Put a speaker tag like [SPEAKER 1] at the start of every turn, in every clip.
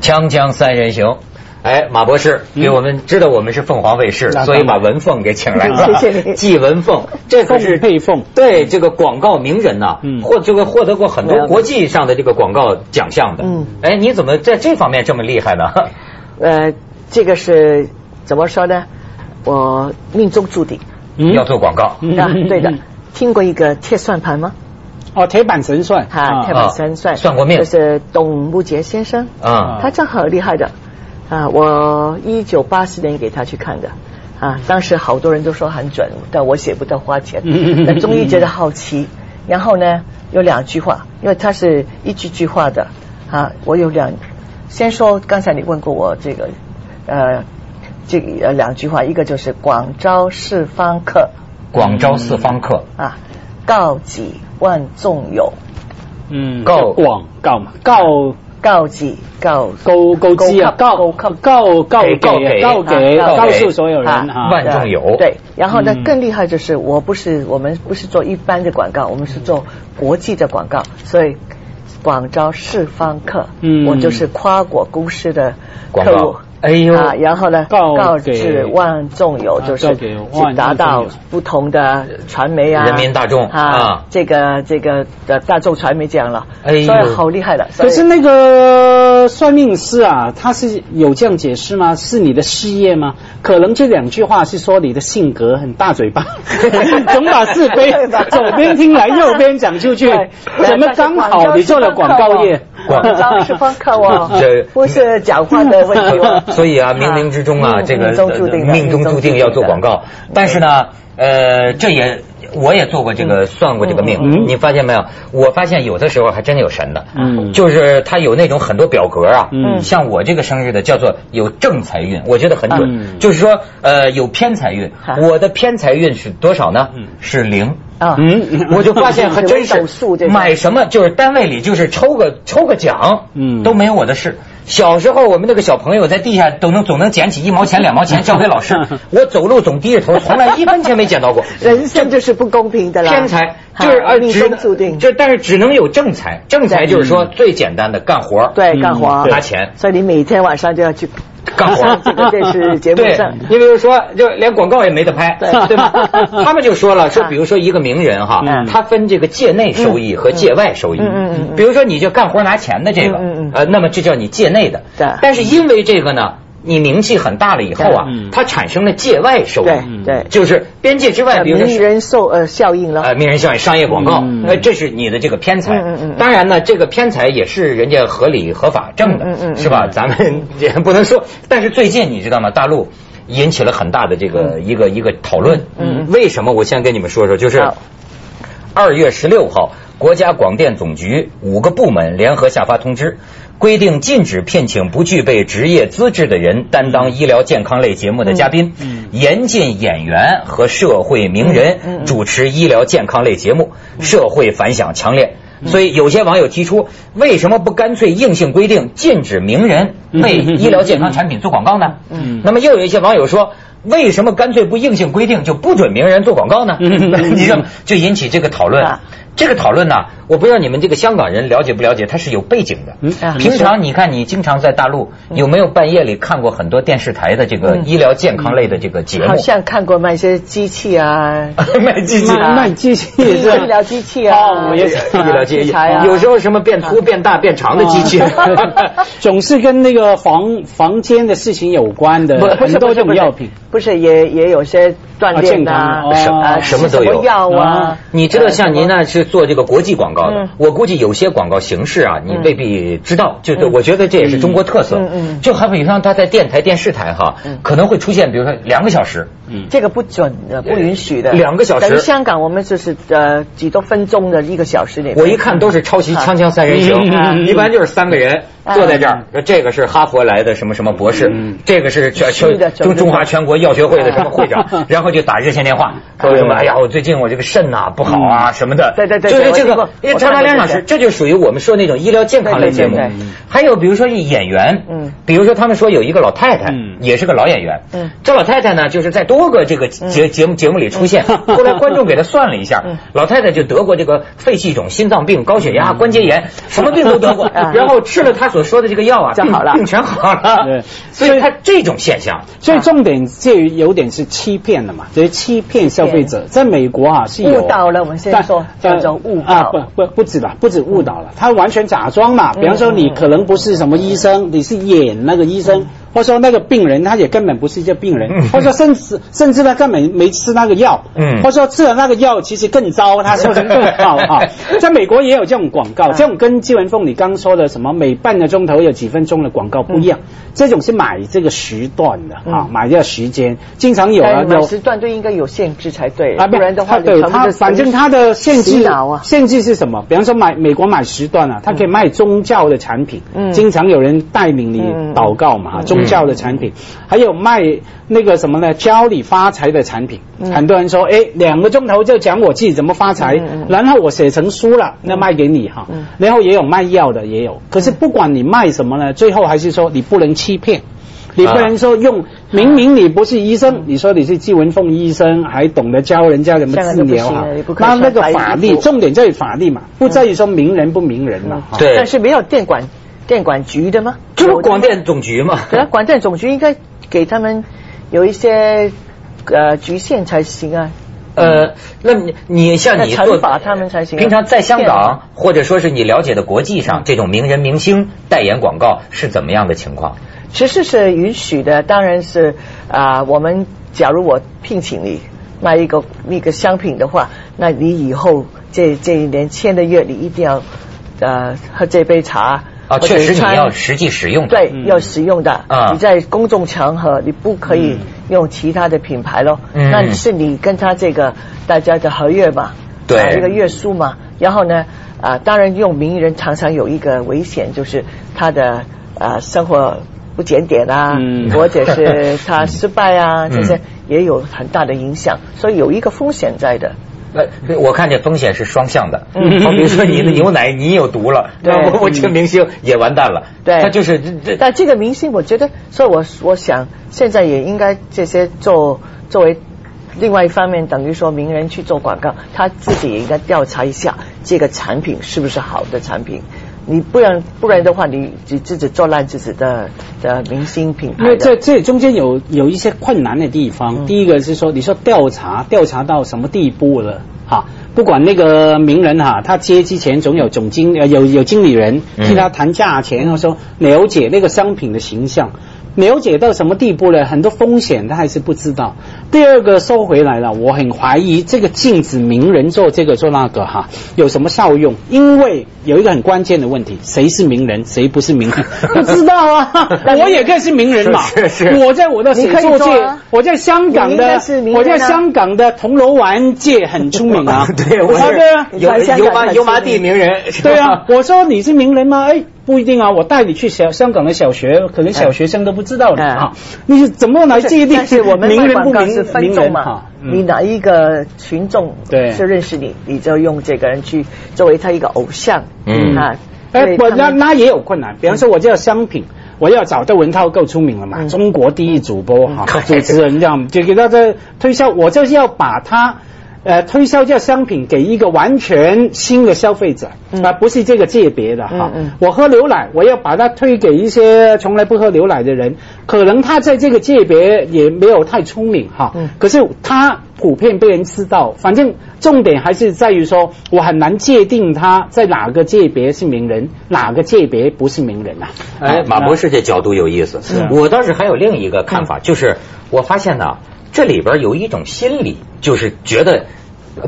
[SPEAKER 1] 锵锵三人行。哎，马博士给我们知道我们是凤凰卫视，
[SPEAKER 2] 那当然
[SPEAKER 1] 所以把文凤给请来了。
[SPEAKER 3] 谢谢你
[SPEAKER 1] 季文凤，这可是
[SPEAKER 2] 凤配凤
[SPEAKER 1] 对这个广告名人呐、
[SPEAKER 2] 嗯
[SPEAKER 1] 获这个获得过很
[SPEAKER 3] 没
[SPEAKER 1] 多
[SPEAKER 3] 有
[SPEAKER 1] 国际上的这个广告奖项的。
[SPEAKER 3] 嗯
[SPEAKER 1] 哎，你怎么在这方面这么厉害呢？
[SPEAKER 3] 呃，这个是怎么说呢？我命中注定
[SPEAKER 2] 嗯
[SPEAKER 1] 要做广告，
[SPEAKER 2] 嗯
[SPEAKER 3] 啊，对的。听过一个铁算盘吗？
[SPEAKER 2] 哦，铁板神算啊
[SPEAKER 3] 哈，铁
[SPEAKER 1] 板
[SPEAKER 3] 板神算、
[SPEAKER 1] 啊算过命
[SPEAKER 3] 就是董木杰先生，
[SPEAKER 1] 啊
[SPEAKER 3] 他正好厉害的啊！我一九八四年给他去看的啊，当时好多人都说很准，但我写不到花钱
[SPEAKER 2] 嗯，
[SPEAKER 3] 那终于觉得好奇。然后呢，有两句话，因为它是一句句话的啊，我有两，先说刚才你问过我这个呃这个呃两句话，一个就是广招四方客
[SPEAKER 1] 广招四方客，
[SPEAKER 3] 啊，告己万众有。
[SPEAKER 2] 嗯，
[SPEAKER 1] 告
[SPEAKER 2] 广告嘛，告
[SPEAKER 3] 告己告
[SPEAKER 2] 勾勾稽啊，告
[SPEAKER 3] 勾
[SPEAKER 2] 告
[SPEAKER 3] 告
[SPEAKER 2] 告
[SPEAKER 1] 给
[SPEAKER 2] 给
[SPEAKER 1] 告给
[SPEAKER 2] 告给
[SPEAKER 3] 啊告
[SPEAKER 2] 告
[SPEAKER 1] 给
[SPEAKER 2] 诉所有人
[SPEAKER 3] 啊
[SPEAKER 2] 哈，
[SPEAKER 1] 万众有
[SPEAKER 3] 对，然后呢
[SPEAKER 2] 嗯，
[SPEAKER 3] 更厉害就是我不是我们不是做一般的广告，我们是做国际的广告，所以广招四方客，
[SPEAKER 2] 嗯
[SPEAKER 3] 我就是跨国公司的
[SPEAKER 1] 广
[SPEAKER 3] 客户
[SPEAKER 1] 告。。哎呦，
[SPEAKER 3] 啊，然后呢，
[SPEAKER 2] 告
[SPEAKER 3] 告
[SPEAKER 2] 给
[SPEAKER 3] 知万众友
[SPEAKER 2] 啊
[SPEAKER 3] 就是
[SPEAKER 2] 告给万
[SPEAKER 3] 去达
[SPEAKER 2] 众
[SPEAKER 3] 到
[SPEAKER 2] 友
[SPEAKER 3] 不同的传媒啊，
[SPEAKER 1] 人民大众啊
[SPEAKER 3] 啊，这个这个的大众传媒这样了，
[SPEAKER 1] 哎呦
[SPEAKER 3] 所以好厉害了。所以
[SPEAKER 2] 可是那个算命师啊，他是有这样解释吗？是你的事业吗？可能这两句话是说你的性格很大嘴巴， 总把是 非
[SPEAKER 3] 对吧
[SPEAKER 2] 左边听来右边讲出去
[SPEAKER 3] 对，
[SPEAKER 2] 怎么刚好你做了广告业？
[SPEAKER 3] 广告是方客哦，
[SPEAKER 1] 这
[SPEAKER 3] 不是讲话的问题哦。
[SPEAKER 1] 所以啊，冥冥之中啊，
[SPEAKER 3] 嗯
[SPEAKER 1] 这个
[SPEAKER 3] 命中注定的
[SPEAKER 1] 命中注定要做广告。但是呢，呃，这也我也做过这个，算过这个命。
[SPEAKER 2] 嗯
[SPEAKER 1] 你发现没有？我发现有的时候还真有神的，
[SPEAKER 2] 嗯
[SPEAKER 1] 就是他有那种很多表格啊，
[SPEAKER 2] 嗯
[SPEAKER 1] 像我这个生日的叫做有正财运，我觉得很准。
[SPEAKER 2] 嗯
[SPEAKER 1] 就是说，呃，有偏财运，
[SPEAKER 3] 哈
[SPEAKER 1] 我的偏财运是多少呢
[SPEAKER 2] 嗯？
[SPEAKER 1] 是零。
[SPEAKER 3] 啊，
[SPEAKER 2] 嗯，
[SPEAKER 1] 我就发现 还真
[SPEAKER 3] 手速
[SPEAKER 1] 是
[SPEAKER 3] 这种
[SPEAKER 1] 买什么就是单位里就是抽个抽个奖，
[SPEAKER 2] 嗯
[SPEAKER 1] 都没有我的事。小时候我们那个小朋友在地下都能总能捡起一毛钱两毛钱交给老 师，我走路总低着头，从来一分钱没捡到过。
[SPEAKER 3] 人生 就是不公平的啦。
[SPEAKER 1] 偏财
[SPEAKER 3] 哈
[SPEAKER 1] 就是呃，
[SPEAKER 3] 命
[SPEAKER 1] 只
[SPEAKER 3] 中注定，嗯
[SPEAKER 1] 就但是只能有正财，正财就是说最简单的干活儿，
[SPEAKER 3] 对干活
[SPEAKER 2] 嗯对
[SPEAKER 1] 拿钱
[SPEAKER 3] 所以你每天晚上就要去
[SPEAKER 1] 干活儿
[SPEAKER 3] 上这个电视节目
[SPEAKER 1] 对
[SPEAKER 3] 上。，
[SPEAKER 1] 你比如说，就连广告也没得拍，
[SPEAKER 3] 对
[SPEAKER 1] 对 吧？他们就说了，说
[SPEAKER 3] 啊
[SPEAKER 1] 比如说一个名人哈，
[SPEAKER 2] 嗯
[SPEAKER 1] 他分这个界内收益和界外收益。
[SPEAKER 3] 嗯嗯嗯嗯
[SPEAKER 1] 比如说，你就干活拿钱的这个
[SPEAKER 3] 嗯嗯嗯，
[SPEAKER 1] 呃，那么这叫你界内的
[SPEAKER 3] 对。
[SPEAKER 1] 但是因为这个呢，你名气很大了以后啊
[SPEAKER 2] 对嗯，
[SPEAKER 1] 它产生了界外收益
[SPEAKER 3] 对，对
[SPEAKER 1] 就是边界之外，比如说
[SPEAKER 3] 名人受呃效应了
[SPEAKER 1] 呃，，名人效应、商业广告
[SPEAKER 2] 嗯，
[SPEAKER 1] 呃，这是你的这个偏财。
[SPEAKER 3] 嗯嗯嗯
[SPEAKER 1] 当然呢，这个偏财也是人家合理合法挣的，
[SPEAKER 3] 嗯嗯嗯
[SPEAKER 1] 是吧？咱们也不能说。但是最近你知道吗？大陆引起了很大的这个、一个一个讨论。
[SPEAKER 3] 嗯嗯嗯
[SPEAKER 1] 为什么？我先跟你们说说，就是
[SPEAKER 3] 好
[SPEAKER 1] 二月十六号，国家广电总局五个部门联合下发通知，规定禁止聘请不具备职业资质的人担当医疗健康类节目的嘉宾，
[SPEAKER 2] 嗯
[SPEAKER 1] 严禁演员和社会名
[SPEAKER 3] 嗯
[SPEAKER 1] 人
[SPEAKER 3] 嗯
[SPEAKER 1] 主持医疗健康类节目，社会反响强烈。所以有些网友提出，为什么不干脆硬性规定禁止名人为
[SPEAKER 2] 嗯
[SPEAKER 1] 医疗健康产品做广告呢？
[SPEAKER 2] 嗯
[SPEAKER 1] 那么又有一些网友说，为什么干脆不硬性规定就不准名人做广 告呢？
[SPEAKER 2] 嗯嗯
[SPEAKER 1] 你知道吗？就引起这个讨论
[SPEAKER 3] 啊。
[SPEAKER 1] 这个讨论呢，我不知道你们这个香港人了解不了解，它是有背景的。
[SPEAKER 2] 嗯
[SPEAKER 3] 啊
[SPEAKER 1] 平常你看，你经常在大陆有没有半夜里看过很多电视台的这个
[SPEAKER 3] 嗯
[SPEAKER 1] 医疗健康类的这个节目？
[SPEAKER 3] 好 像看过卖一些机器啊，
[SPEAKER 1] 卖机器
[SPEAKER 2] 卖卖机器也是
[SPEAKER 3] 医疗机器啊
[SPEAKER 2] 哦，我也想
[SPEAKER 1] 医疗机
[SPEAKER 3] 器材啊
[SPEAKER 1] 有时候什么变粗、变大、变长的机器。
[SPEAKER 2] 哦 总是跟那个房房间的事情有关的，
[SPEAKER 3] 不
[SPEAKER 2] 呃很
[SPEAKER 3] 是
[SPEAKER 2] 多
[SPEAKER 3] 不是
[SPEAKER 2] 这种
[SPEAKER 3] 不是
[SPEAKER 2] 药品。，
[SPEAKER 3] 不是也也有些锻炼啊
[SPEAKER 2] 啊健康的，哦
[SPEAKER 3] 啊
[SPEAKER 1] 什么都有
[SPEAKER 3] 吃药啊
[SPEAKER 2] 啊，
[SPEAKER 1] 你知道，像您呢是做这个国际广告的
[SPEAKER 3] 嗯，
[SPEAKER 1] 我估计有些广告形式啊，你未必知道。就是我觉得这也是中国特色
[SPEAKER 3] 嗯嗯。嗯
[SPEAKER 1] 就好比像他在电台、电视台哈，可能会出现，比如说两个小时，
[SPEAKER 2] 嗯，
[SPEAKER 3] 这个不准的，不允许的。
[SPEAKER 1] 呃两个小时
[SPEAKER 3] 等于香港我们就是呃几多分钟的一个小时里面。
[SPEAKER 1] 我一看都是抄
[SPEAKER 3] 啊
[SPEAKER 1] 袭《锵锵三人行
[SPEAKER 2] 嗯嗯嗯》，嗯
[SPEAKER 1] 一般就是三个人
[SPEAKER 3] 嗯
[SPEAKER 1] 坐在这儿，说这个是哈佛来的什么什么博士
[SPEAKER 2] 嗯，
[SPEAKER 1] 这个是全
[SPEAKER 3] 是
[SPEAKER 1] 全
[SPEAKER 3] 的
[SPEAKER 1] 中
[SPEAKER 3] 全部
[SPEAKER 1] 中华全国药学 会的什么会长，然后就打热线电话说什么，哎呀，我最近我这个肾呐不好啊什么的，
[SPEAKER 3] 嗯对对对
[SPEAKER 1] 就是
[SPEAKER 3] 我
[SPEAKER 1] 这
[SPEAKER 3] 听
[SPEAKER 1] 个
[SPEAKER 3] 过，
[SPEAKER 1] 因为
[SPEAKER 3] 我
[SPEAKER 1] 张
[SPEAKER 3] 看
[SPEAKER 1] 八
[SPEAKER 3] 过
[SPEAKER 1] 亮老
[SPEAKER 3] 这个
[SPEAKER 1] 师，这就属于我们说那种医疗健康类节目
[SPEAKER 3] 对对对对。
[SPEAKER 1] 还有比如说演员，
[SPEAKER 3] 嗯
[SPEAKER 1] 比如说他们说有一个老太太
[SPEAKER 2] 嗯，
[SPEAKER 1] 也是个老演员，
[SPEAKER 3] 嗯
[SPEAKER 1] 这老太太呢，就是在多个这个节节目节目里出现，
[SPEAKER 2] 嗯
[SPEAKER 1] 后来观众给她算了一下
[SPEAKER 3] 嗯，
[SPEAKER 1] 老太太就得过这个肺气肿、心脏病、高血压、关节炎，什么病都得过，
[SPEAKER 3] 啊
[SPEAKER 1] 然后吃了她所说的这个药啊，
[SPEAKER 3] 就
[SPEAKER 1] 病
[SPEAKER 3] 好了嗯
[SPEAKER 1] 病全好
[SPEAKER 2] 对
[SPEAKER 1] 了。所以她这种现象，
[SPEAKER 2] 所以重点介于有点是欺骗了嘛，就是欺骗消费者。在美国啊是有
[SPEAKER 3] 啊误导了我们现在说
[SPEAKER 2] 但
[SPEAKER 3] 叫做误导嗯
[SPEAKER 2] 啊，不不不止了，不止误导了，他完全假装嘛。比方说你可能不是什么医生，你是演那个医
[SPEAKER 3] 嗯
[SPEAKER 2] 生，或者说那个病人他也根本不是一个病人
[SPEAKER 1] 嗯，
[SPEAKER 2] 或者说甚至甚至他根本没吃那个药，
[SPEAKER 1] 嗯
[SPEAKER 2] 或者说吃了那个药其实更糟，他 说成更好啊。在美国也有这种广告，
[SPEAKER 3] 啊
[SPEAKER 2] 这种跟季文凤你刚说的什么每半个钟头有几分钟的广告不一样，这种是买这个时段的啊，
[SPEAKER 3] 嗯
[SPEAKER 2] 买这个时间，经常有啊
[SPEAKER 3] 但是买
[SPEAKER 2] 有。
[SPEAKER 3] 时段对应该有限制才对，
[SPEAKER 2] 啊，
[SPEAKER 3] 不然的话
[SPEAKER 2] 他对
[SPEAKER 3] 你全部
[SPEAKER 2] 他
[SPEAKER 3] 都是
[SPEAKER 2] 反正他的限
[SPEAKER 3] 洗
[SPEAKER 2] 制、
[SPEAKER 3] 脑啊，
[SPEAKER 2] 限制是什么？比方说买美国买时段啊，他可以卖宗教的产品，
[SPEAKER 3] 嗯
[SPEAKER 2] 经常有人带领你
[SPEAKER 3] 嗯
[SPEAKER 2] 祷告嘛，
[SPEAKER 3] 嗯
[SPEAKER 2] 宗教的产品，还有卖那个什么呢，教你发财的产品。
[SPEAKER 3] 嗯
[SPEAKER 2] 很多人说，哎，两个钟头就讲我自己怎么发财，
[SPEAKER 3] 嗯嗯
[SPEAKER 2] 然后我写成书了，那卖给你哈。
[SPEAKER 3] 嗯
[SPEAKER 2] 然后也有卖药的，也有。可是不管你卖什么呢，最后还是说你不能欺骗。你不能说
[SPEAKER 3] 啊
[SPEAKER 2] 用，明明你不是医
[SPEAKER 3] 嗯
[SPEAKER 2] 生，你说你是季文凤医生，还懂得教人家怎么治疗啊
[SPEAKER 3] 这样就不行了？
[SPEAKER 2] 那
[SPEAKER 3] 也不可以
[SPEAKER 2] 那个
[SPEAKER 3] 穿白
[SPEAKER 2] 法
[SPEAKER 3] 衣
[SPEAKER 2] 律，
[SPEAKER 3] 服嗯
[SPEAKER 2] 重点在于法律嘛，不在于说名人不名人嘛。哈
[SPEAKER 1] 对
[SPEAKER 3] 啊但是没有电管电管局的吗？
[SPEAKER 1] 这不
[SPEAKER 3] 有的吗
[SPEAKER 1] 广电总局嘛？
[SPEAKER 3] 对啊，广电总局应该给他们有一些呃局限才行啊。
[SPEAKER 1] 呃，那你你像你
[SPEAKER 3] 那
[SPEAKER 1] 做
[SPEAKER 3] 惩罚他们才行啊嗯
[SPEAKER 1] 平常在香
[SPEAKER 3] 骗他
[SPEAKER 1] 港或者说是你了解的国际上，这种名人明星代言广告是怎么样的情况？
[SPEAKER 3] 其实是允许的，当然是啊、我们假如我聘请你卖一个一个商品的话，那你以后这这一年签的月，你一定要呃喝这杯茶
[SPEAKER 1] 啊，
[SPEAKER 3] 或者
[SPEAKER 1] 确实你
[SPEAKER 3] 穿
[SPEAKER 1] 要实际使用的。
[SPEAKER 3] 对，
[SPEAKER 2] 嗯
[SPEAKER 3] 要使用的。
[SPEAKER 1] 啊
[SPEAKER 3] 你在公众场合，你不可以用其他的品牌咯。
[SPEAKER 1] 嗯
[SPEAKER 3] 那是你跟他这个大家的合约嘛，
[SPEAKER 1] 对
[SPEAKER 3] 啊这个约束嘛。然后呢，啊，当然用名人常常有一个危险，就是他的啊生活不检点啊，
[SPEAKER 2] 嗯
[SPEAKER 3] 或者是他失败啊，
[SPEAKER 1] 嗯
[SPEAKER 3] 这些也有很大的影响，所以有一个风险在的。
[SPEAKER 1] 那呃我看这风险是双向的。
[SPEAKER 3] 嗯
[SPEAKER 1] 好比如说你的牛奶你有毒了，
[SPEAKER 3] 对
[SPEAKER 1] 那我我这个明星也完蛋了。
[SPEAKER 3] 对
[SPEAKER 1] 他就是这这
[SPEAKER 3] 但这个明星，我觉得，所以我我想，现在也应该这些做作为另外一方面，等于说名人去做广告，他自己也应该调查一下这个产品是不是好的产品。你不然不然的话，你你自己做烂自己的的明星品
[SPEAKER 2] 因为
[SPEAKER 3] 牌
[SPEAKER 2] 这
[SPEAKER 3] 的。
[SPEAKER 2] 这中间有有一些困难的地方，
[SPEAKER 3] 嗯
[SPEAKER 2] 第一个是说，你说调查调查到什么地步了哈？不管那个名人哈，他接之前总有总经呃有有经理人
[SPEAKER 1] 嗯
[SPEAKER 2] 替他谈价钱，或者说了解那个商品的形象，了解到什么地步呢？很多风险他还是不知道。第二个说回来了，我很怀疑这个禁止名人做这个做那个哈有什么效用？因为有一个很关键的问题，谁是名人，谁不是名人，不知道啊。我也可以是名人嘛，
[SPEAKER 1] 是是是。
[SPEAKER 2] 我在我的写
[SPEAKER 3] 你可
[SPEAKER 2] 作
[SPEAKER 3] 以做
[SPEAKER 2] 界
[SPEAKER 3] 啊，
[SPEAKER 2] 我在香港
[SPEAKER 3] 你应该
[SPEAKER 2] 的
[SPEAKER 3] 是，名人啊
[SPEAKER 2] 我在香港的铜锣湾界很出名 啊
[SPEAKER 1] 对，我
[SPEAKER 2] 啊
[SPEAKER 1] 是
[SPEAKER 2] 对啊，
[SPEAKER 3] 你才
[SPEAKER 1] 油
[SPEAKER 3] 香港
[SPEAKER 1] 油麻
[SPEAKER 3] 才
[SPEAKER 1] 油麻
[SPEAKER 3] 出名
[SPEAKER 1] 地名人。 是吧
[SPEAKER 2] 对啊，我说你是名人吗？哎，不一定啊，我带你去小香港的小学，可能小学生都不知道的
[SPEAKER 3] 嗯
[SPEAKER 2] 啊。你是怎么来界定
[SPEAKER 3] 但是我们
[SPEAKER 2] 名
[SPEAKER 3] 卖
[SPEAKER 2] 人
[SPEAKER 3] 广
[SPEAKER 2] 不
[SPEAKER 3] 告
[SPEAKER 2] 名
[SPEAKER 3] 是分
[SPEAKER 2] 名
[SPEAKER 3] 众
[SPEAKER 2] 人
[SPEAKER 3] 嘛
[SPEAKER 2] 哈？，嗯
[SPEAKER 3] 你哪一个群众
[SPEAKER 2] 对
[SPEAKER 3] 是认识你，你就用这个人去作为他一个偶像。
[SPEAKER 1] 嗯
[SPEAKER 3] 啊，
[SPEAKER 2] 哎，我
[SPEAKER 3] 对
[SPEAKER 2] 那
[SPEAKER 3] 他们
[SPEAKER 2] 那也有困难，比方说我这个商品。我要找窦文涛够出名了嘛，
[SPEAKER 3] 嗯
[SPEAKER 2] 中国第一主播哈、
[SPEAKER 1] 嗯
[SPEAKER 2] 主持人这样就给大家推销，我就是要把它呃推销这个商品给一个完全新的消费者，啊、
[SPEAKER 3] 嗯
[SPEAKER 2] 不是这个界别的哈、
[SPEAKER 3] 嗯嗯
[SPEAKER 2] 我喝牛奶，我要把它推给一些从来不喝牛奶的人，可能他在这个界别也没有太出名哈、
[SPEAKER 3] 嗯
[SPEAKER 2] 可是他普遍被人知道，反正重点还是在于说，我很难界定他在哪个界别是名人，哪个界别不是名人呐、啊。
[SPEAKER 1] 哎，马博
[SPEAKER 2] 士，
[SPEAKER 1] 士这角度有意思
[SPEAKER 2] 啊。
[SPEAKER 1] 我倒是还有另一个看
[SPEAKER 3] 嗯
[SPEAKER 1] 法，就是我发现呢，这里边有一种心理，就是觉得。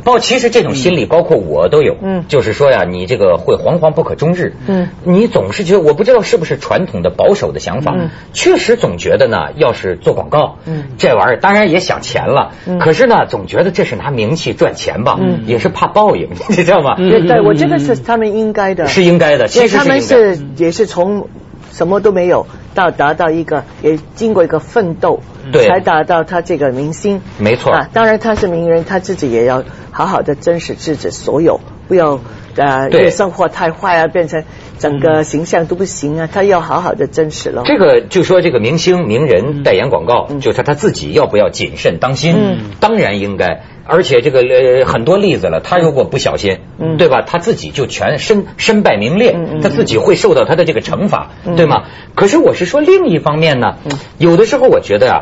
[SPEAKER 1] 包其实这种心理，包括我都有，
[SPEAKER 3] 嗯
[SPEAKER 1] 就是说呀，你这个会惶惶不可终日，
[SPEAKER 3] 嗯
[SPEAKER 1] 你总是觉得，我不知道是不是传统的保守的想法，
[SPEAKER 3] 嗯
[SPEAKER 1] 确实总觉得呢，要是做广告，
[SPEAKER 3] 嗯
[SPEAKER 1] 这玩意儿当然也想钱了，
[SPEAKER 3] 嗯
[SPEAKER 1] 可是呢，总觉得这是拿名气赚钱吧，
[SPEAKER 3] 嗯
[SPEAKER 1] 也是怕报应，你知道吗？
[SPEAKER 2] 嗯
[SPEAKER 3] 对对，我觉得是他们应该的。
[SPEAKER 1] 是应该的，
[SPEAKER 3] 因
[SPEAKER 1] 其
[SPEAKER 3] 为
[SPEAKER 1] 实
[SPEAKER 3] 他
[SPEAKER 1] 是应该
[SPEAKER 3] 们
[SPEAKER 1] 的。
[SPEAKER 3] 是也是从什么都没有到达到一个，也经过一个奋斗，
[SPEAKER 1] 嗯对
[SPEAKER 3] 才达到他这个明星。
[SPEAKER 1] 没错
[SPEAKER 3] 啊，当然他是名人，他自己也要好好的珍视自己所有不要呃，因
[SPEAKER 1] 对嗯
[SPEAKER 3] 为生活太坏啊，变成整个形象都不行啊，他要好好的真实咯。
[SPEAKER 1] 这个就说这个明星名人
[SPEAKER 2] 嗯
[SPEAKER 1] 代言广告，
[SPEAKER 3] 嗯
[SPEAKER 1] 就是他自己要不要谨慎当心？
[SPEAKER 3] 嗯
[SPEAKER 1] 当然应该。而且这个呃很多例子了，他如果不小心，
[SPEAKER 3] 嗯
[SPEAKER 1] 对吧？他自己就全身身败名裂，
[SPEAKER 3] 嗯嗯
[SPEAKER 1] 他自己会受到他的这个惩罚，
[SPEAKER 3] 嗯
[SPEAKER 1] 对吗？可是我是说另一方面呢，
[SPEAKER 3] 嗯
[SPEAKER 1] 有的时候我觉得啊，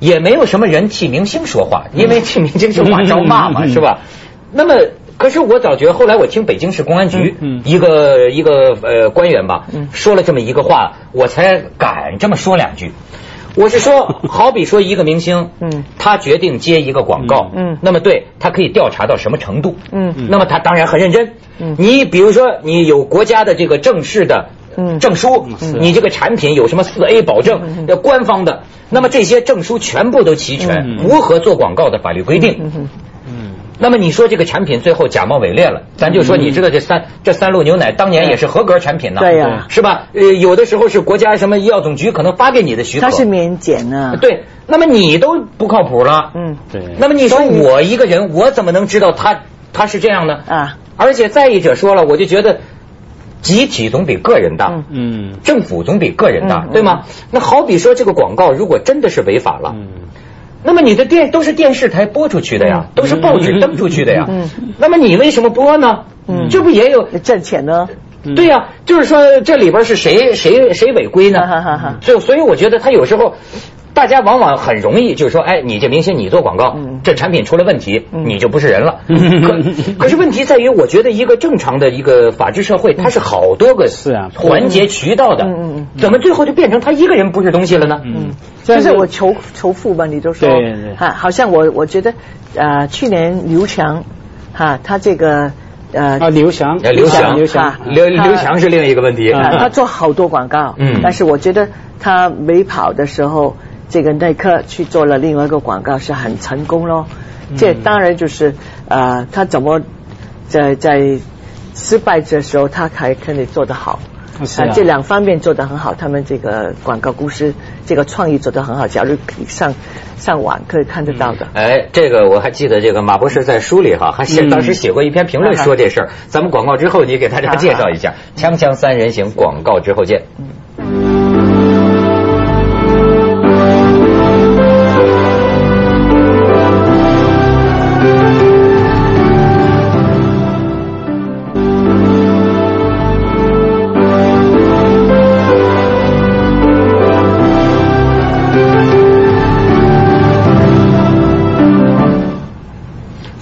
[SPEAKER 1] 也没有什么人替明星说话，因为替明星说话招骂 嘛，
[SPEAKER 2] 嗯
[SPEAKER 1] 是吧？那么，可是我早觉得后来我听北京市公安局
[SPEAKER 2] 嗯嗯
[SPEAKER 1] 一个一个呃官员吧
[SPEAKER 3] 嗯，
[SPEAKER 1] 说了这么一个话，我才敢这么说两句。我是 说，好比说一个明星，
[SPEAKER 3] 嗯
[SPEAKER 1] 他决定接一个广告，
[SPEAKER 3] 嗯嗯
[SPEAKER 1] 那么对他可以调查到什么程度，
[SPEAKER 3] 嗯
[SPEAKER 1] 那么他当然很认真，
[SPEAKER 3] 嗯
[SPEAKER 1] 你比如说你有国家的这个正式的。
[SPEAKER 3] 嗯
[SPEAKER 1] 证书，
[SPEAKER 2] 嗯
[SPEAKER 1] 你这个产品有什么四 A 保证
[SPEAKER 3] 嗯？
[SPEAKER 1] 要官方的，那么这些证书全部都齐全，
[SPEAKER 2] 嗯
[SPEAKER 1] 如何做广告的法律规定，
[SPEAKER 3] 嗯哼，
[SPEAKER 2] 嗯，
[SPEAKER 1] 那么你说这个产品最后假冒伪劣了，咱就说你知道这三、这三鹿牛奶当年也是合格产品呢，
[SPEAKER 3] 嗯对呀
[SPEAKER 1] 是吧？呃，有的时候是国家什么医药总局可能发给你的许可，
[SPEAKER 3] 他是免检啊。，
[SPEAKER 1] 对，那么你都不靠谱了，
[SPEAKER 3] 嗯
[SPEAKER 2] 对，
[SPEAKER 1] 那么你说我一个人，我怎么能知道他他是这样呢？
[SPEAKER 3] 啊，
[SPEAKER 1] 而且再一者说了，我就觉得集体总比个人大。
[SPEAKER 3] 嗯
[SPEAKER 2] 嗯
[SPEAKER 1] 政府总比个人大，
[SPEAKER 3] 嗯嗯
[SPEAKER 1] 对吗？那好比说这个广告，如果真的是违法了，
[SPEAKER 2] 嗯
[SPEAKER 1] 那么你的电都是电视台播出去的呀，都是报纸登出去的呀。
[SPEAKER 3] 嗯
[SPEAKER 1] 那么你为什么播呢？
[SPEAKER 3] 嗯
[SPEAKER 1] 这不也有？
[SPEAKER 3] 挣钱呢？
[SPEAKER 2] 嗯
[SPEAKER 1] 对呀、就是说这里边是谁谁谁违规呢
[SPEAKER 3] 哈哈哈哈？
[SPEAKER 1] 就所以我觉得他有时候。大家往往很容易就是说，哎，你这明星你做广告
[SPEAKER 3] 嗯，
[SPEAKER 1] 这产品出了问题，
[SPEAKER 3] 嗯
[SPEAKER 1] 你就不是人 了。
[SPEAKER 2] 嗯
[SPEAKER 1] 可可是问题在于，我觉得一个正常的一个法治社会，它是好多个
[SPEAKER 2] 是啊
[SPEAKER 1] 环节渠道的
[SPEAKER 3] 嗯嗯嗯，
[SPEAKER 1] 怎么最后就变成他一个人不是东西了呢？
[SPEAKER 2] 嗯，
[SPEAKER 3] 就是我仇仇富嘛，你就说，
[SPEAKER 2] 对对
[SPEAKER 3] 啊，好像我我觉得，呃，去年刘强，哈、他这个，呃，
[SPEAKER 2] 啊，刘翔，
[SPEAKER 1] 哎刘翔
[SPEAKER 2] 刘翔，
[SPEAKER 3] 啊
[SPEAKER 1] 刘刘强是另一个问题。
[SPEAKER 2] 啊
[SPEAKER 3] 啊他做好多广告，
[SPEAKER 1] 嗯
[SPEAKER 3] 但是我觉得他没跑的时候，这个耐克去做了另外一个广告是很成功咯。这当然就是呃，他怎么在在失败的时候，他还可以做得好。
[SPEAKER 2] 是啊
[SPEAKER 3] 这两方面做得很好，他们这个广告公司这个创意做得很好，假如可以上上网可以看得到的。
[SPEAKER 1] 哎，这个我还记得，这个马博士在书里哈，还写
[SPEAKER 2] 嗯
[SPEAKER 1] 当时写过一篇评论说这事儿。
[SPEAKER 3] 嗯
[SPEAKER 1] 咱们广告之后，你给大家介绍一下《锵锵三人行》广告之后见。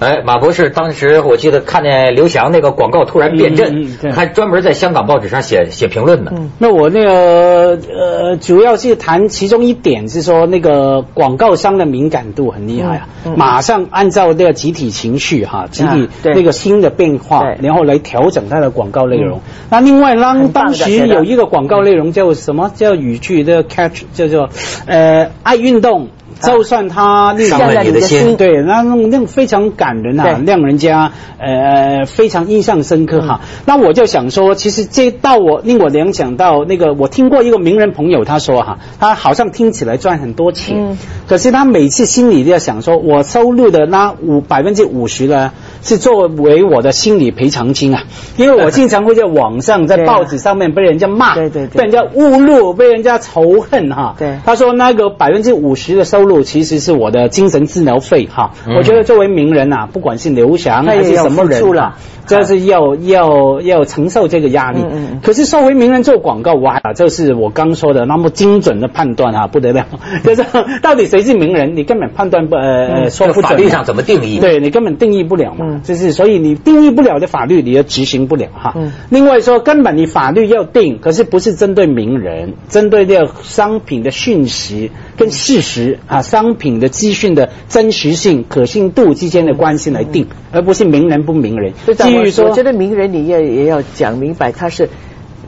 [SPEAKER 1] 哎，马博士当时我记得看见刘翔那个广告突然变
[SPEAKER 2] 嗯嗯嗯
[SPEAKER 1] 阵，
[SPEAKER 2] 对
[SPEAKER 1] 还专门在香港报纸上写写评论呢。
[SPEAKER 3] 嗯
[SPEAKER 2] 那我那个呃，主要是谈其中一点是说，那个广告商的敏感度很厉害啊，
[SPEAKER 3] 嗯嗯啊
[SPEAKER 2] 马上按照那个集体情绪哈、集体
[SPEAKER 3] 对
[SPEAKER 2] 那个新的变化，
[SPEAKER 3] 对嗯
[SPEAKER 2] 然后来调整它的广告内容。那另外呢，
[SPEAKER 3] 很棒
[SPEAKER 2] 当
[SPEAKER 3] 的
[SPEAKER 2] 时
[SPEAKER 3] 觉得
[SPEAKER 2] 有一个广告内容叫什么？叫语句的 catch，叫做呃爱运动，
[SPEAKER 3] 啊
[SPEAKER 2] 就算他那个
[SPEAKER 1] 伤了你的心
[SPEAKER 2] 对，那那种那种非常感人啊，
[SPEAKER 3] 嗯对嗯
[SPEAKER 2] 让人家呃非常印象深刻哈、那我就想说，其实这到我令我联想到那个，我听过一个名人朋友他说哈，他好像听起来赚很多钱，
[SPEAKER 3] 嗯
[SPEAKER 2] 可是他每次心里都要想说，我收入的那五百分之五十呢，是作为我的心理赔偿金啊，因 为我经常会在网上、在
[SPEAKER 3] 对啊
[SPEAKER 2] 报纸上面被人家骂，
[SPEAKER 3] 对对对
[SPEAKER 2] 被人家侮辱，被人家仇恨哈、
[SPEAKER 3] 对
[SPEAKER 2] 他说那个百分之五十的收入其实是我的精神治疗费哈、
[SPEAKER 1] 嗯
[SPEAKER 2] 我觉得作为名人啊，不管是刘翔
[SPEAKER 3] 他
[SPEAKER 2] 还
[SPEAKER 3] 也
[SPEAKER 2] 是
[SPEAKER 3] 要
[SPEAKER 2] 什么人
[SPEAKER 3] 付出
[SPEAKER 2] 啊、
[SPEAKER 3] 了
[SPEAKER 2] 这是要要要承受这个压力。
[SPEAKER 3] 嗯嗯嗯
[SPEAKER 2] 可是说回名人做广告，哇，这是我刚说的那么精准的判断啊，不得了！ 就是到底谁是名人，你根本判断不呃、呃
[SPEAKER 1] 这
[SPEAKER 2] 说
[SPEAKER 1] 个
[SPEAKER 2] 不准
[SPEAKER 1] 法
[SPEAKER 2] 啊。
[SPEAKER 1] 律上怎么定义？
[SPEAKER 2] 对你根本定义不了嘛，
[SPEAKER 3] 嗯
[SPEAKER 2] 就是所以你定义不了的法律，你也执行不了哈。
[SPEAKER 3] 嗯
[SPEAKER 2] 另外说，根本你法律要定，可是不是针对名人，针对这个商品的讯息跟事实
[SPEAKER 3] 嗯
[SPEAKER 2] 啊，商品的资讯的真实性、可信度之间的关系来定，而不是名人不名人。
[SPEAKER 3] 嗯所以
[SPEAKER 2] 至于
[SPEAKER 3] 我我
[SPEAKER 2] 说
[SPEAKER 3] 觉得名人你也也要讲明白，他是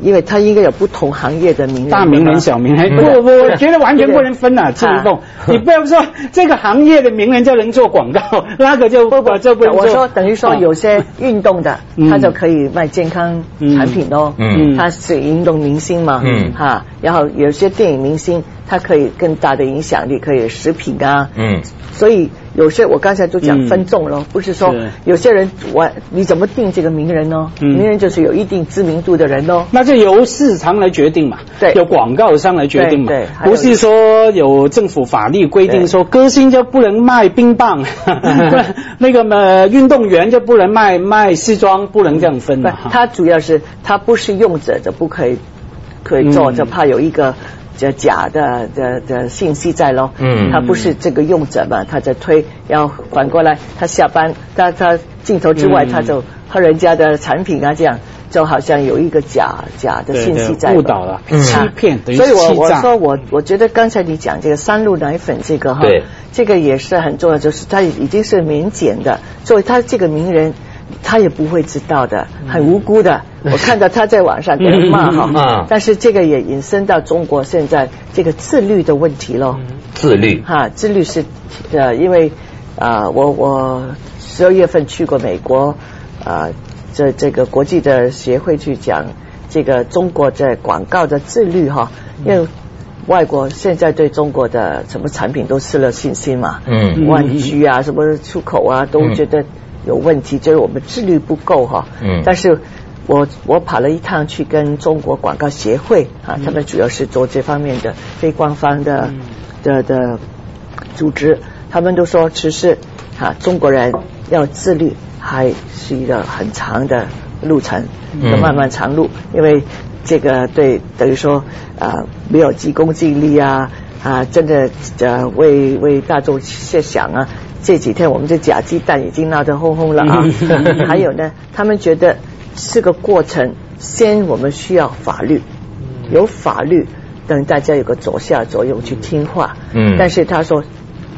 [SPEAKER 3] 因为他应该有不同行业的名人，
[SPEAKER 2] 大名人、小名
[SPEAKER 3] 嗯
[SPEAKER 2] 人，不不，我觉得完全不能分啊，
[SPEAKER 3] 是
[SPEAKER 2] 志
[SPEAKER 3] 的
[SPEAKER 2] 一凤
[SPEAKER 3] 啊，
[SPEAKER 2] 你不要说这个行业的名人就能做广告，那个就
[SPEAKER 3] 嗯不不，
[SPEAKER 2] 就不能做。
[SPEAKER 3] 我说等于说有些运动的，
[SPEAKER 2] 嗯
[SPEAKER 3] 他就可以卖健康产品咯。
[SPEAKER 1] 嗯
[SPEAKER 2] 嗯
[SPEAKER 3] 他是运动明星嘛，
[SPEAKER 1] 嗯
[SPEAKER 3] 哈，然后有些电影明星，他可以更大的影响力，可以食品啊，
[SPEAKER 1] 嗯，
[SPEAKER 3] 所以有些我刚才都讲
[SPEAKER 2] 嗯
[SPEAKER 3] 分众了，不是说
[SPEAKER 2] 是
[SPEAKER 3] 有些人我你怎么定这个名人呢？
[SPEAKER 2] 嗯
[SPEAKER 3] 名人就是有一定知名度的人喽。
[SPEAKER 2] 那就由市场来决定嘛，
[SPEAKER 3] 对
[SPEAKER 2] 由广告商来决定嘛，
[SPEAKER 3] 对对还有
[SPEAKER 2] 不是说有政府法律规定
[SPEAKER 3] 对
[SPEAKER 2] 说歌星就不能卖冰棒， 那个呃运动员就不能卖卖西装，不能这样分
[SPEAKER 3] 不
[SPEAKER 2] 嘛。，哈
[SPEAKER 3] 他主要是他不是用者就不可以可以做，
[SPEAKER 2] 嗯
[SPEAKER 3] 就怕有一个这假的的的信息在咯。
[SPEAKER 1] 嗯
[SPEAKER 3] 他不是这个用者嘛，他在推，然后反过来他下班，他他镜头之外、
[SPEAKER 2] 嗯
[SPEAKER 3] 他就喝人家的产品啊，这样就好像有一个假假的
[SPEAKER 2] 对
[SPEAKER 3] 信息
[SPEAKER 2] 对
[SPEAKER 3] 在
[SPEAKER 2] 误
[SPEAKER 3] 吧
[SPEAKER 2] 导了，
[SPEAKER 1] 嗯
[SPEAKER 2] 欺骗等于
[SPEAKER 3] 所以我
[SPEAKER 2] 欺
[SPEAKER 3] 我
[SPEAKER 2] 诈
[SPEAKER 3] 说。我我觉得刚才你讲这个三鹿奶粉这个哈
[SPEAKER 1] 对，
[SPEAKER 3] 这个也是很重要，就是它已经是民间的，作为他这个名人，他也不会知道的，很无辜的。我看到他在网上给人
[SPEAKER 1] 嗯嗯
[SPEAKER 3] 骂
[SPEAKER 1] 嗯
[SPEAKER 3] 哈
[SPEAKER 1] 嗯，
[SPEAKER 3] 但是这个也引申到中国现在这个自律的问题咯。
[SPEAKER 1] 自律，
[SPEAKER 3] 哈，自律是呃，因为啊、呃我我十二月份去过美国啊、呃这这个国际的协会去讲这个中国在广告的自律哈，因为外国现在对中国的什么产品都失了信心嘛，
[SPEAKER 1] 嗯
[SPEAKER 3] 湾区啊，什么出口啊，都
[SPEAKER 1] 嗯
[SPEAKER 3] 觉得有问题，就是我们自律不够哈。
[SPEAKER 1] 嗯
[SPEAKER 3] 但是我我跑了一趟去跟中国广告协会啊，他们主要是做这方面的非官方的、
[SPEAKER 2] 嗯，
[SPEAKER 3] 的的组织，他们都说其实啊，中国人要自律还是一个很长的路程，
[SPEAKER 1] 嗯
[SPEAKER 3] 要慢慢长路，因为这个对等于说啊、呃没有急功近利啊啊、真的呃为为大众设想啊。这几天我们这假鸡蛋已经闹得轰轰了啊还有呢，他们觉得是个过程，先我们需要法律，有法律，等大家有个左下左右去听话。
[SPEAKER 1] 嗯
[SPEAKER 3] 但是他说，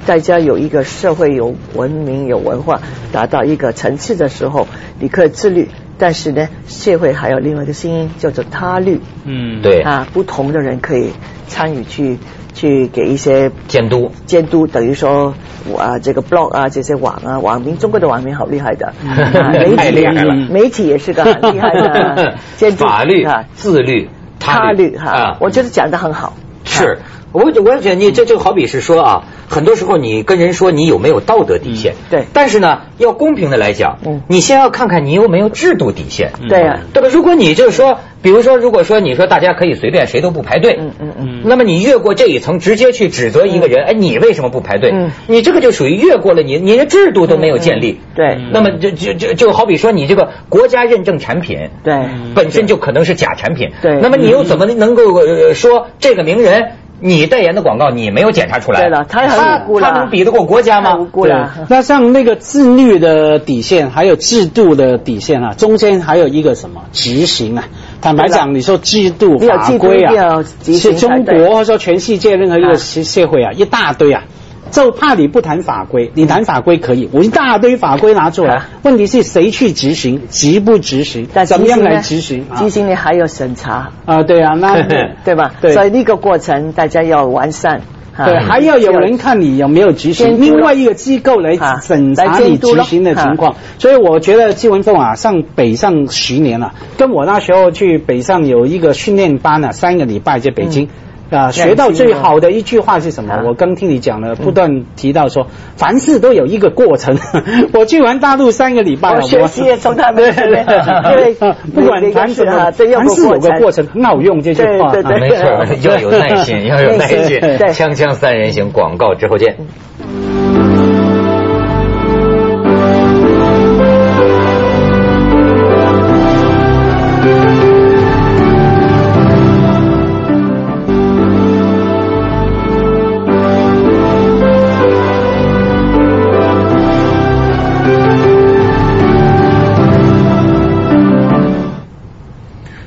[SPEAKER 3] 大家有一个社会有文明有文化，达到一个层次的时候，你可以自律。但是呢，社会还有另外一个声音叫做他律
[SPEAKER 2] 嗯
[SPEAKER 1] 对
[SPEAKER 3] 啊，不同的人可以参与去去给一些
[SPEAKER 1] 监督，
[SPEAKER 3] 监督，等于说啊这个 blog 啊这些网啊网民，中国的网民好 厉害的，啊
[SPEAKER 1] 太厉害了
[SPEAKER 3] 媒体也是个啊很厉害 的监督
[SPEAKER 1] 法律
[SPEAKER 3] 啊、
[SPEAKER 1] 自律、
[SPEAKER 3] 他律哈
[SPEAKER 1] 啊，，
[SPEAKER 3] 我觉得讲的很好。
[SPEAKER 1] 是，我我也觉得你这就好比是说啊，很多时候你跟人说你有没有道德底线，
[SPEAKER 3] 嗯对
[SPEAKER 1] 但是呢，要公平的来讲，
[SPEAKER 3] 嗯
[SPEAKER 1] 你先要看看你有没有制度底线，
[SPEAKER 2] 嗯
[SPEAKER 3] 对啊呀、
[SPEAKER 1] 对吧？如果你就是说，比如说，如果说你说大家可以随便谁都不排队，
[SPEAKER 3] 嗯嗯嗯，
[SPEAKER 2] 嗯
[SPEAKER 1] 那么你越过这一层，直接去指责一个人，哎，你为什么不排队？
[SPEAKER 3] 嗯
[SPEAKER 1] 你这个就属于越过了你，你的制度都没有建立。
[SPEAKER 3] 对
[SPEAKER 2] 嗯
[SPEAKER 1] 那么就就就就好比说你这个国家认证产品，
[SPEAKER 3] 嗯对
[SPEAKER 1] 本身就可能是假产品。
[SPEAKER 3] 对
[SPEAKER 1] 那么你又怎么能够呃说这个名人你代言的广告你没有检查出来？
[SPEAKER 3] 对了他很
[SPEAKER 1] 他
[SPEAKER 3] 无辜了
[SPEAKER 1] 他能比得过国家
[SPEAKER 3] 太无
[SPEAKER 1] 吗？
[SPEAKER 3] 辜了。
[SPEAKER 2] 那像那个自律的底线，还有制度的底线啊，中间还有一个什么执行啊？坦白讲，你说制度
[SPEAKER 3] 你有
[SPEAKER 2] 法
[SPEAKER 3] 制度
[SPEAKER 2] 规
[SPEAKER 3] 一定要
[SPEAKER 2] 啊，
[SPEAKER 3] 执行
[SPEAKER 2] 是中
[SPEAKER 3] 才对
[SPEAKER 2] 国或者说全世界任何一个
[SPEAKER 3] 啊
[SPEAKER 2] 社社会啊，一大堆啊。就怕你不谈法规，你谈法规可以，我一大堆法规拿出来
[SPEAKER 3] 嗯啊，
[SPEAKER 2] 问题是谁去执行，执不执行，
[SPEAKER 3] 但
[SPEAKER 2] 怎么样
[SPEAKER 3] 呢
[SPEAKER 2] 来执行啊
[SPEAKER 3] 执？行呢还有 审查，
[SPEAKER 2] 啊，对啊，那
[SPEAKER 3] 对吧？
[SPEAKER 2] 对
[SPEAKER 3] 所以那个过程大家要完善。啊
[SPEAKER 2] 对，还要有人看你有没有执行，
[SPEAKER 3] 监督
[SPEAKER 2] 另外一个机构来
[SPEAKER 3] 啊
[SPEAKER 2] 审查
[SPEAKER 3] 来
[SPEAKER 2] 你
[SPEAKER 3] 监督啊
[SPEAKER 2] 执
[SPEAKER 3] 咯
[SPEAKER 2] 行的情况。所以我觉得季文凤啊，上北上十年了、跟我那时候去北上有一个训练班啊，三个礼拜在北京。啊，学到最好的一句话是什么
[SPEAKER 3] 嗯啊？嗯
[SPEAKER 2] 我刚听你讲了，不断提到说，凡事都有一个过程。 我去完大陆三个礼拜了，啊
[SPEAKER 3] 我学习也从他们 这边，因为
[SPEAKER 2] 不管谈什么，
[SPEAKER 3] 对，
[SPEAKER 2] 凡事有个过程，很好用这句话。
[SPEAKER 3] 对对对
[SPEAKER 1] 啊没错， 要有耐心，要有耐心。
[SPEAKER 2] 对
[SPEAKER 3] 对
[SPEAKER 1] 锵锵三人行，广告之后见。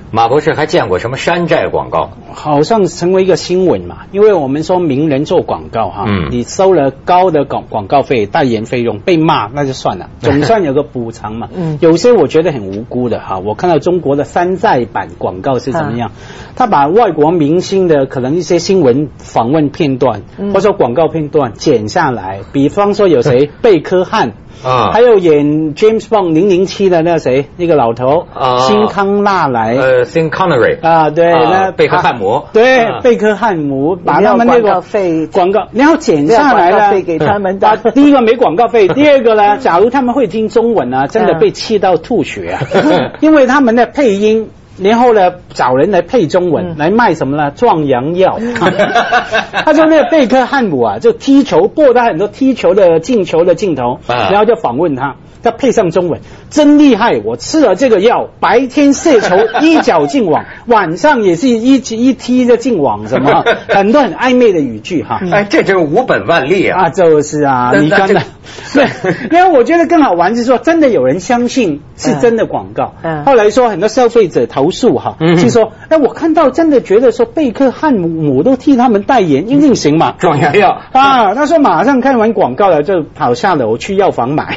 [SPEAKER 1] 马博士还见过什么山寨广告？
[SPEAKER 2] 好像成为一个新闻嘛，因为我们说名人做广告哈，
[SPEAKER 1] 嗯
[SPEAKER 2] 你收了高的广广告费、代言费用，被骂那就算 了，总算有个补偿嘛。
[SPEAKER 3] 嗯
[SPEAKER 2] 有些我觉得很无辜的哈，我看到中国的山寨版广告是怎么样，他把外国明星的可能一些新闻访问片段、
[SPEAKER 3] 嗯
[SPEAKER 2] 或者说广告片段剪下来，比方说 有谁贝克汉。
[SPEAKER 1] 啊
[SPEAKER 2] 还有演 James Bond 零零七的那个谁，那个老头，
[SPEAKER 1] 啊
[SPEAKER 2] 辛康纳莱，
[SPEAKER 1] 呃辛 Sean Connery
[SPEAKER 2] 啊，对，那
[SPEAKER 1] 贝克汉姆
[SPEAKER 2] 啊对
[SPEAKER 1] 啊，
[SPEAKER 2] 贝克汉姆把他们那
[SPEAKER 3] 你要广告
[SPEAKER 2] 个
[SPEAKER 3] 费
[SPEAKER 2] 广告，你要减下来
[SPEAKER 3] 没有广告
[SPEAKER 2] 了，
[SPEAKER 3] 费给他们的
[SPEAKER 2] 啊第一个没广告费，第二个呢，假如他们会听中文啊，真的
[SPEAKER 3] 嗯
[SPEAKER 2] 被气到吐血啊， 因为他们的配音。然后呢，找人来配中文，
[SPEAKER 3] 嗯
[SPEAKER 2] 来卖什么呢？壮 阳药。 他说那个贝克汉姆啊，就踢球，播他很多踢球的进球的镜头，
[SPEAKER 1] 啊
[SPEAKER 2] 然后就访问他，他配上中文，真厉害！我吃了这个药，白天射球一脚 进网，晚上也是一一踢就进网，什么很多很暧昧的语句
[SPEAKER 3] 嗯
[SPEAKER 2] 哈。
[SPEAKER 1] 哎，这真是无本万利啊！
[SPEAKER 2] 啊，就是啊，
[SPEAKER 1] 那
[SPEAKER 2] 你
[SPEAKER 1] 那
[SPEAKER 2] 刚
[SPEAKER 1] 这
[SPEAKER 2] 才对，因为我觉得更好玩是说，真的有人相信是真的广告。
[SPEAKER 3] 嗯嗯
[SPEAKER 2] 后来说很多消费者投诉哈，
[SPEAKER 1] 嗯
[SPEAKER 2] 是说，哎，我看到真的觉得说贝克汉姆都替他们代言，一定行嘛？
[SPEAKER 1] 壮阳药
[SPEAKER 2] 啊，他说马上看完广告了，就跑下楼去药房 买，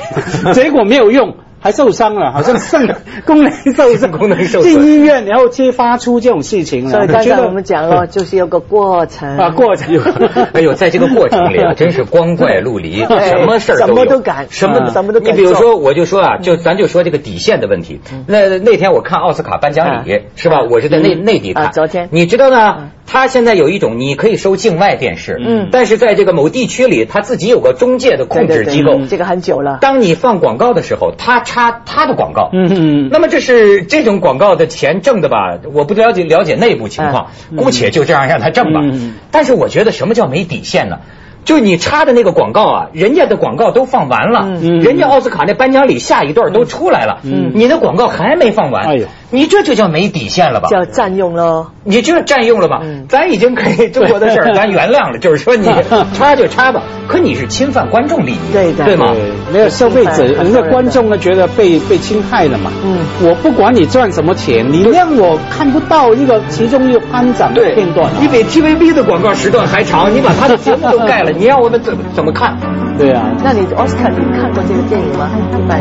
[SPEAKER 2] 结果没有用。还受伤了，好像肾功能受伤，
[SPEAKER 1] 功能受损，
[SPEAKER 2] 进医院，然后揭发出这种事情了。
[SPEAKER 3] 所以
[SPEAKER 2] 你嗯
[SPEAKER 3] 刚
[SPEAKER 2] 觉
[SPEAKER 3] 才
[SPEAKER 2] 得
[SPEAKER 3] 我们 讲了，就是有个过程
[SPEAKER 2] 啊，过程
[SPEAKER 1] 嗯 哎呦，在这个过程 里啊，真是光怪陆 离，
[SPEAKER 3] 对
[SPEAKER 1] 什么事儿
[SPEAKER 3] 什么
[SPEAKER 1] 都
[SPEAKER 3] 都
[SPEAKER 1] 敢
[SPEAKER 3] 敢，
[SPEAKER 1] 什么
[SPEAKER 3] 嗯什么都
[SPEAKER 1] 你
[SPEAKER 3] 敢
[SPEAKER 1] 比如
[SPEAKER 3] 做嗯
[SPEAKER 1] 说，我就说啊，就咱就说这个底线的问题。那那天我看奥斯卡颁奖礼
[SPEAKER 3] 啊
[SPEAKER 1] 是吧？我是在内
[SPEAKER 3] 嗯
[SPEAKER 1] 内地
[SPEAKER 3] 啊
[SPEAKER 1] 看，
[SPEAKER 3] 昨天
[SPEAKER 1] 你知道呢
[SPEAKER 3] 嗯？
[SPEAKER 1] 他现在有一种，你可以收境外电视，
[SPEAKER 3] 嗯
[SPEAKER 1] 但是在这个某地区里，他自己有个中介的控制机构
[SPEAKER 3] 对对对。嗯这个很久了。
[SPEAKER 1] 当你放广告的时候，他插他的广告，
[SPEAKER 2] 嗯嗯
[SPEAKER 1] 那么这是这种广告的钱挣的吧？我不了解了解内部情况，姑且就这样让他挣吧。
[SPEAKER 2] 哎嗯
[SPEAKER 1] 但是我觉得什么叫没底线呢？就是你插的那个广告啊，人家的广告都放完了，
[SPEAKER 2] 嗯
[SPEAKER 1] 人家奥斯卡那颁奖礼下一段都出来了，
[SPEAKER 2] 嗯
[SPEAKER 1] 你的广告还没放完，
[SPEAKER 2] 哎呦
[SPEAKER 1] 你这就叫没底线了吧？
[SPEAKER 3] 叫占用喽，
[SPEAKER 1] 你这占用了吧？
[SPEAKER 3] 嗯
[SPEAKER 1] 咱已经可以中国的 事儿，咱原谅了，就是说你插就插吧，可你是侵犯观众利益，
[SPEAKER 3] 对的
[SPEAKER 1] 对吗？嗯
[SPEAKER 2] 对，没有消费者，人家观众呢觉得被被侵害了嘛。
[SPEAKER 3] 嗯
[SPEAKER 2] 我不管你赚什么钱，你让我看不到一个其中一个班长的
[SPEAKER 1] 对，
[SPEAKER 2] 片段啊。
[SPEAKER 1] 你比 TVB 的广告时段还长，你把他的节目都盖 了，你让我们怎么怎么看？
[SPEAKER 2] 对啊，
[SPEAKER 3] 那你奥斯卡你看过这个电影吗？满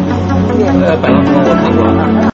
[SPEAKER 1] 呃，百万富翁我看过。
[SPEAKER 3] 啊